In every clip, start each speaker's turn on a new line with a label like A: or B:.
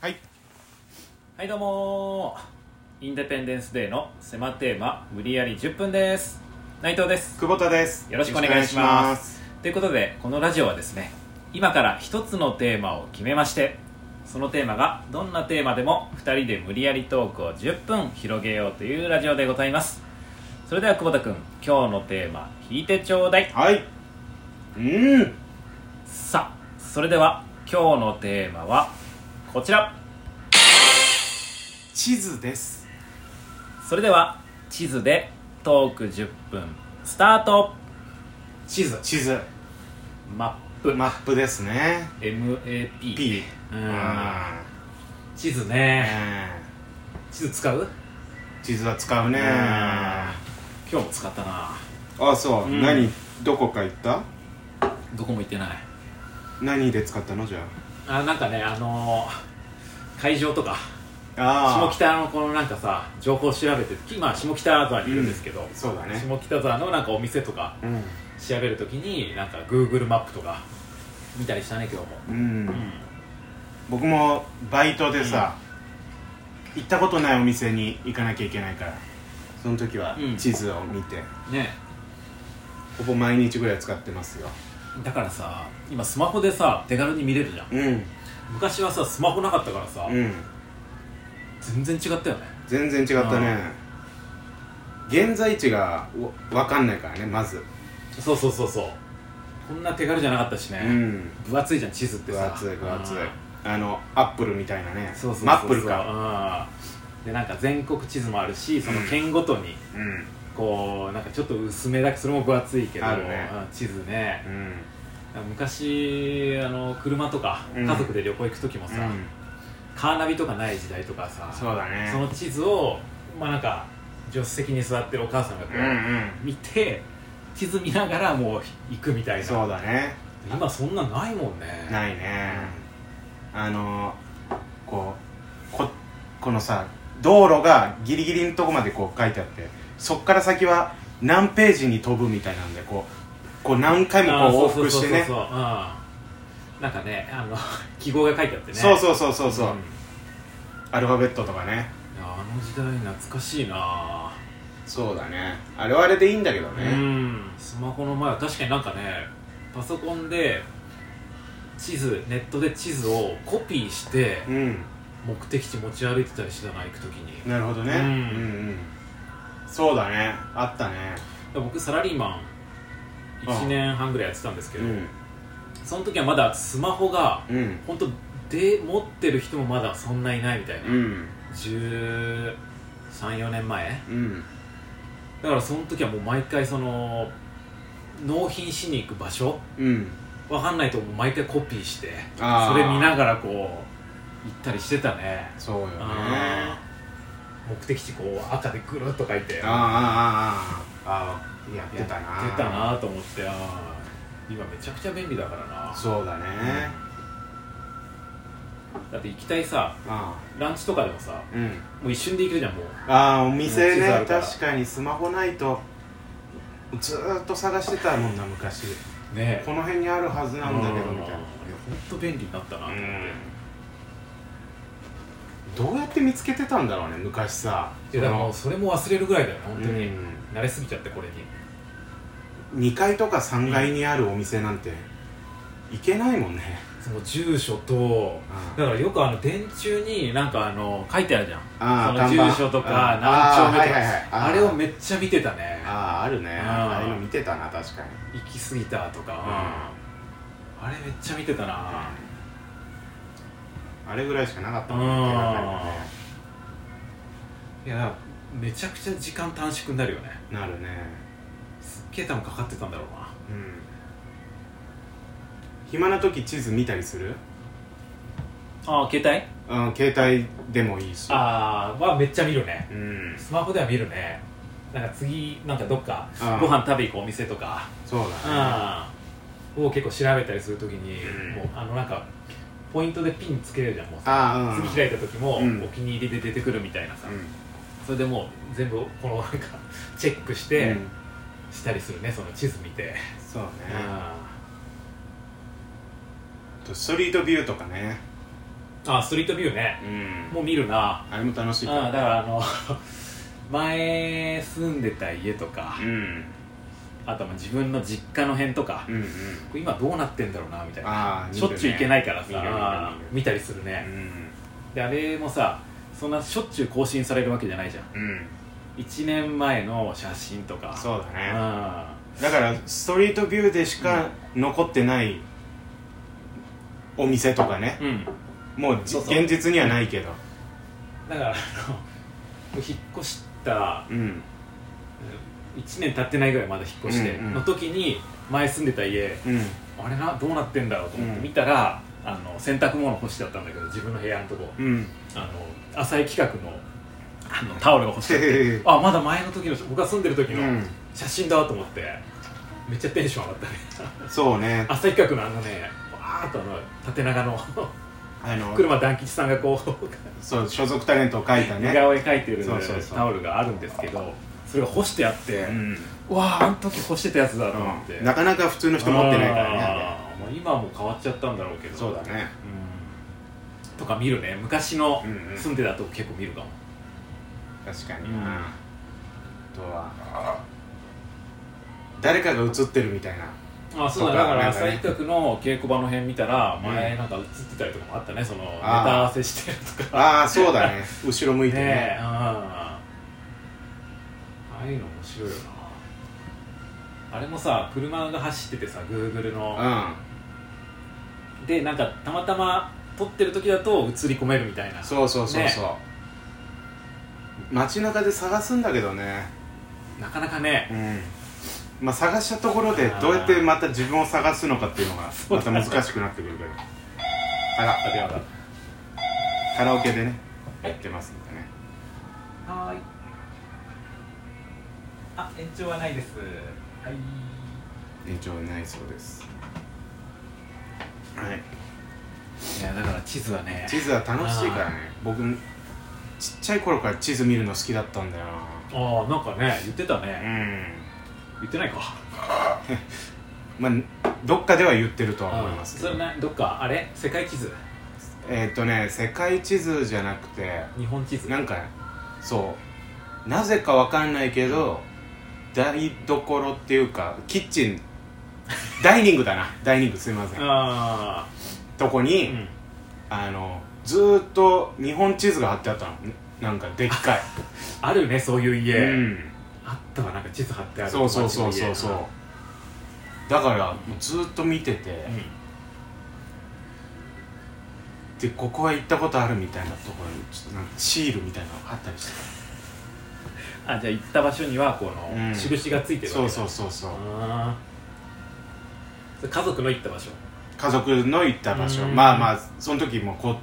A: はい
B: はいどうもーインデペンデンスデーの狭テーマ無理やり10分です内藤です
A: 久保田です
B: よろしくお願いしますということでこのラジオはですね今から一つのテーマを決めましてそのテーマがどんなテーマでも2人で無理やりトークを10分広げようというラジオでございますそれでは久保田君今日のテーマ引いてちょうだい
A: はいうん
B: さあそれでは今日のテーマはこちら
A: 地図です
B: それでは地図でトーク10分スタート
A: 地図地図
B: マップ
A: マップですね
B: MAP
A: P
B: う
A: うん
B: ん地図ね地図使う
A: 地図は使うね
B: うん
A: あ
B: 今日も使ったな
A: そう、
B: うん
A: 何どこか行った
B: どこも行ってない
A: 何で使ったのじゃ
B: あなんかねあのー会場とか
A: あ
B: 下北のこのなんかさ情報を調べてきまあ下北沢にいるんですけど、
A: そうだね
B: 下北沢のなんかお店とか
A: うん
B: 調べるときになんか Google マップとか見たりしたね今日も
A: うん、
B: うん
A: 僕もバイトでさ、行ったことないお店に行かなきゃいけないからその時は
B: うん
A: 地図を見て、
B: ね
A: ほぼ毎日ぐらい使ってますよ
B: だからさ今スマホでさ手軽に見れるじゃん
A: うん
B: 昔はさスマホなかったからさ、
A: うん
B: 全然違ったよね
A: 全然違ったね現在地がわ分かんないからねまず、
B: そうそうそうそうこんな手軽じゃなかったしね、
A: うん
B: 分厚いじゃん地図って
A: 分
B: さ
A: 厚い分厚い
B: うん
A: あのアップルみたいなね
B: そうそうそうそう
A: マップルか
B: うんでなんか全国地図もあるしその県ごとに
A: うん
B: こうなんかちょっと薄めだけどそれも分厚いけど
A: あるね
B: うん地図ね
A: う、ん
B: 昔あの車とか
A: うん
B: 家族で旅行行く時もさ、
A: うん
B: カーナビとかない時代とかさ
A: そうだね
B: その地図をまあなんか助手席に座ってるお母さんがこう、
A: うん
B: 見て地図見ながらもう行くみた
A: う
B: い
A: ん
B: な
A: そうだね
B: 今そんなないもんね
A: ないねあのこうここのさ道路がギリギリのとこまでこう書いてあってそっから先は何ページに飛ぶみたいなんでこうこう何回もこう往復してね
B: そうそうそうそううんなんかねあの 記号が書いてあってね
A: そう
B: う
A: そうそうそうそう、
B: んい
A: アルファベットとかね
B: やあの時代懐かしいな
A: そうだねあれはあれでいいんだけど
B: う
A: ね
B: んスマホの前は確かになんかねパソコンで地図ネットで地図をコピーして
A: うん、
B: 目的地持ち歩いてたりしてたな行く時に
A: なるほどね
B: うん
A: うんうんそうだねあったね
B: 僕サラリーマン1年半ぐらいやってたんですけど、
A: うん
B: その時はまだスマホが
A: うん
B: 本当で持ってる人もまだそんないないみたいな、
A: うん
B: 134年前
A: うん
B: だからその時はもう毎回その納品しに行く場所
A: うん
B: わかんないともう毎回コピーして
A: あー
B: それ見ながらこう行ったりしてたね
A: そうよね
B: あー目的地こう赤でぐるっと書いて
A: ああああああ
B: あ
A: やっ
B: ー
A: てたな
B: やってたなと思ってあー今めちゃくちゃ便利だからな
A: そうだね
B: だって行きたいさ
A: あ
B: ランチとかでもさ
A: あうん
B: もう一瞬で行けるじゃんもう
A: ああお店
B: 地図あ
A: ね
B: るから
A: 確かにスマホないとずーっと探してたもんな昔
B: ねえ
A: この辺にあるはずなんだけど
B: う
A: みたい
B: いや
A: な
B: 本当便利になったなと思って、
A: どうやって見つけてたんだろうね昔さ
B: いやだからもうそれも忘れるぐらいだよね
A: そ
B: 本
A: の
B: 当に、
A: うん
B: 慣れすぎちゃってこれに
A: 2階とか3階にあるお店なんて行けないもんね
B: その住所とだからよくあの電柱になんかあの書いてあるじゃん
A: あー
B: そ
A: 看板
B: の住所と
A: う
B: か
A: ん
B: 何丁目とか
A: あ
B: あ,、
A: ーはいはいはいあー
B: れをめっちゃ見てたね
A: あああるね
B: あー
A: ああいうの見てたな確かに
B: 行き過ぎたとか、あれめっちゃ見てたな、
A: あれぐらいしかなかったもん
B: う
A: 手
B: ん
A: がかりがね
B: いやだからめちゃくちゃ時間短縮になるよね
A: なるね
B: すっげえ多分かかってたんだろうな
A: うん暇な時地図見たりする
B: ああ携帯
A: うん携帯でもいいし
B: ああはめっちゃ見るね
A: うん
B: スマホでは見るねなんか次なんかどっか
A: うん
B: ご飯食べ行くお店とか
A: そうだね
B: を結構調べたりするときに、
A: うん
B: もうあのなんかポイントでピンつけれるじゃんもうさ
A: ああうん
B: 次開いた時も、
A: うん
B: お気に入りで出てくるみたいなさ、
A: うん
B: それでもう全部このなんかチェックして、したりするねその地図見て、
A: そうね
B: うん
A: あとストリートビューとかね
B: あストリートビューね
A: うん
B: もう見るな
A: あれも楽し
B: う
A: い
B: ん
A: から
B: だからあの 前住んでた家とか
A: うんうん
B: あとは自分の実家の辺とか
A: うん
B: 今どうなってんだろうなみたいな
A: ああ
B: しょっちゅう行けないからさ
A: 見るね
B: 見たりするね
A: う、ん
B: であれもさそんなしょっちゅう更新されるわけじゃないじゃん
A: うん
B: 1年前の写真とか
A: そうだ
B: う
A: ね
B: ん
A: だからストリートビューでしか残ってないお店とかね
B: うん
A: もうじ
B: そうそう
A: 現実にはないけど
B: だからあの引っ越した
A: うん
B: 1年経ってないぐらいまだ引っ越して
A: うんうん
B: の時に前住んでた家
A: うん
B: あれなどうなってんだろうと思っ
A: う
B: て
A: ん
B: 見たら、あの洗濯物干してあったんだけど自分の部屋のとこ
A: うん
B: あの浅い企画のあのタオルが干してあってあまだ前の時の僕が住んでる時
A: う
B: の
A: ん
B: 写真だと思って、めっちゃテンション上がったね
A: そう ね
B: 浅い企画のあのねわーっとあの縦長 の
A: あの
B: 車団吉さんがこう
A: そう所属タレントを書いた
B: 似
A: ね
B: 顔絵描いてる
A: そうそうそう
B: タオルがあるんですけどそれが干してあって、
A: うん
B: うわああの時干してたやつだと思って、
A: なかなか普通の人持ってないからねあ
B: あーもう今はもう変わっちゃったんだろうけ
A: れ
B: ど
A: そうだね
B: うんとか見るね昔の
A: うんうん
B: 住んでたとこ結構見るかも、
A: 確か
B: う
A: に
B: ん
A: なあとは誰かが映ってるみたいな
B: あそうだ
A: とか
B: だから
A: なんかね
B: 朝一角の稽古場の辺見たら前なんか映ってたりとかもあったねそのネ
A: あー
B: タ合わせしてるとか
A: ああそうだ ね後ろ向い
B: ね
A: て
B: えうん
A: ね
B: ああいうの面白いよなあれもさ車が走っててさ Google
A: う
B: の
A: んあ
B: でなんかたまたま撮ってる時だと映り込めるみたいな
A: そうそうそうそう街中で探すんだけどね
B: なかなかね
A: うんまあ探したところでどうやってまた自分を探すのかっていうのが
B: そう
A: ま
B: だ
A: た
B: ね
A: 難しくなってくるけどあら
B: 立山だ
A: カラオケでねやってますんでね
B: はーいあ延長はないですはい
A: 延長ないそうですはい
B: いやだから地図はね
A: 地図は楽しいからね僕ちっちゃい頃から地図見るの好きだったんだよ
B: ああなんかね言ってたね、
A: な
B: 言ってないか
A: うんまあどっかでは言ってるとは思いますけ
B: そ
A: ど
B: れねどっかあれ世界地図
A: えーっ、とね世界地図じゃなくて
B: 日本地図
A: なんかねそうなぜかわかんないけど台所っていうかキッチンダイニングだなダイニングすいません
B: あ
A: とこ
B: あ
A: に、
B: うん
A: あのずーっと日本地図が貼ってあったのなんかでっかい、
B: あるねそういう家、
A: うん
B: あったわなんか地図貼ってある
A: そうそうそうそうそう
B: 街の
A: だからもうずーっと見てて、
B: 家うん
A: でここは行ったことあるみたいなところにちょっとなんかシールみたいなのがあったりして
B: あじゃあ行った場所にはこの、
A: うん
B: 印がついてるわけ
A: そ
B: だ
A: うそうそうそう
B: あーそれ家族の行った場所
A: 家族の行った場所
B: うん
A: まあまあその時もこ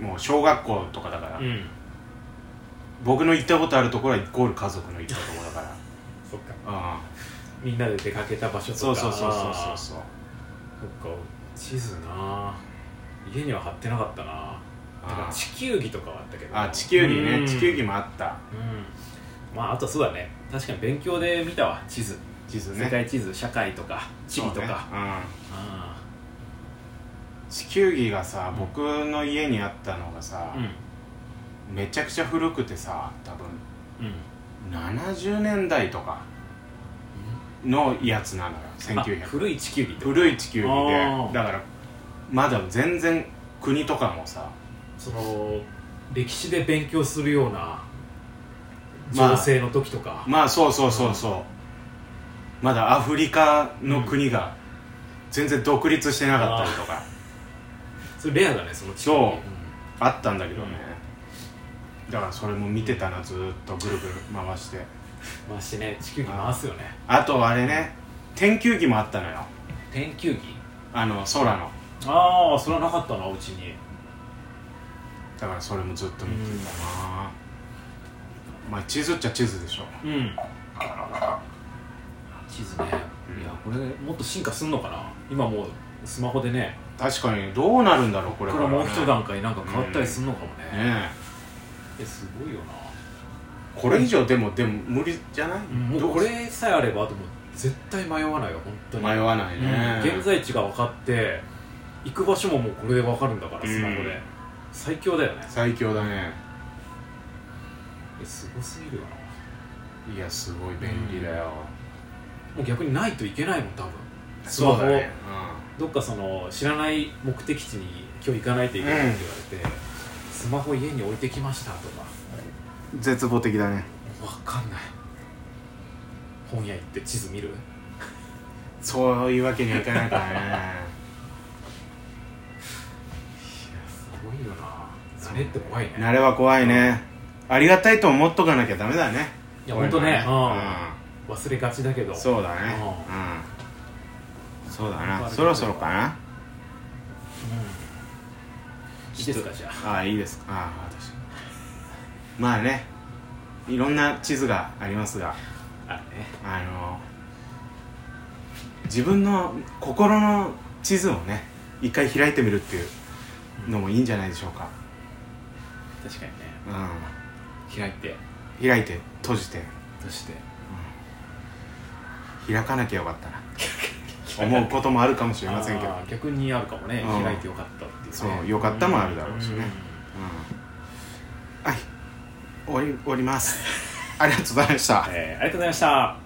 A: もう小学校とかだから、
B: ん
A: 僕の行ったことあるところはイコール家族の行ったところだか、
B: そっからみんなで出かけた場所
A: う
B: と
A: ん、
B: か
A: そうそうそうそう
B: あ
A: そう
B: ー
A: そう
B: そっか地図な家には貼ってなかったなだから
A: あー
B: 地球儀とかはあったけど
A: あ地球儀
B: う
A: ね
B: ん
A: 地球儀もあった
B: うんまああとそうだね確かに勉強で見たわ地図、
A: 地図
B: 世
A: ね
B: 界地図社会とか地理と
A: そうね
B: か、
A: うん
B: あ
A: 地球儀がさ
B: うん
A: 僕の家にあったのがさ
B: あ、うん
A: めちゃくちゃ古くてさ多分
B: うん
A: 70年代とかのやつなのよ
B: あ
A: 1900
B: 古い地球儀ってこと
A: 古い地球儀で
B: あー
A: だからまだ全然国とかもさ
B: その歴史で勉強するような
A: まあ
B: 情勢の時とか、
A: まあそうそうそうそう、まだアフリカの国が全然独立してなかったりとか
B: それレアだねその地球儀
A: そう
B: うん
A: あったんだけどね、だからそれも見てたなずーっとぐるぐる回して
B: まあしてね地球儀回すよね
A: あとあれね天球儀もあったのよ
B: 天球儀
A: あの空の
B: ああそれはなかったなうちに
A: だからそれもずっと見てたな、まあ地図っちゃ地図でしょ
B: うん地図ね、
A: うん
B: いやこれもっと進化すんのかな今もうスマホでね
A: 確かにどうなるんだろうこ
B: こ
A: れ
B: れ
A: か
B: からら
A: ね
B: もう一段階なんか変わったりすんのかもね,、
A: ね
B: えすごいよ
A: えこれ以上でもでも無理じゃない、
B: なもう
A: ど
B: これさえあればあともう絶対迷わないよ本当に
A: 迷わないね、
B: うん現在地が分かって行く場所ももうこれで分かるんだからスマホで、
A: うん
B: 最強だよね
A: 最強だね
B: えすごすぎるよない
A: やすごい便利だよ、
B: もう逆にないといけないもん多分スマ
A: そう
B: ホ
A: だ
B: を
A: ね、
B: どっかその知らない目的地に今日行かないといけないって言われて、スマホ家に置いてきましたとか
A: うん、絶望的だね
B: わかんない本屋行って地図見る
A: そういうわけにはいかないからね
B: いやすごいよな慣れって怖いね
A: 慣れは怖いね、ありがたいと思っとかなきゃダメだね
B: いやほんとね
A: こういうのはね
B: 忘れがちだけど
A: うんそうだねうんそうだなそろそろかな
B: うんいいですかじゃあ
A: ああいいですかああ私まあねいろんな地図がありますが
B: あれね
A: あの自分の心の地図をね一回開いてみるっていうのもいいんじゃないでしょうか、
B: 確かにね
A: う
B: 開いて
A: ん、開いて閉じて、
B: そして
A: うん、開かなきゃよかっ たな思うこともあるかもしれませんけど
B: あー逆にあるかもね
A: うん
B: 開いてよかったっていうね
A: そうよかったもあるだろうしねうんはい終わり終わりますありがとうございました
B: うんえーありがとうございました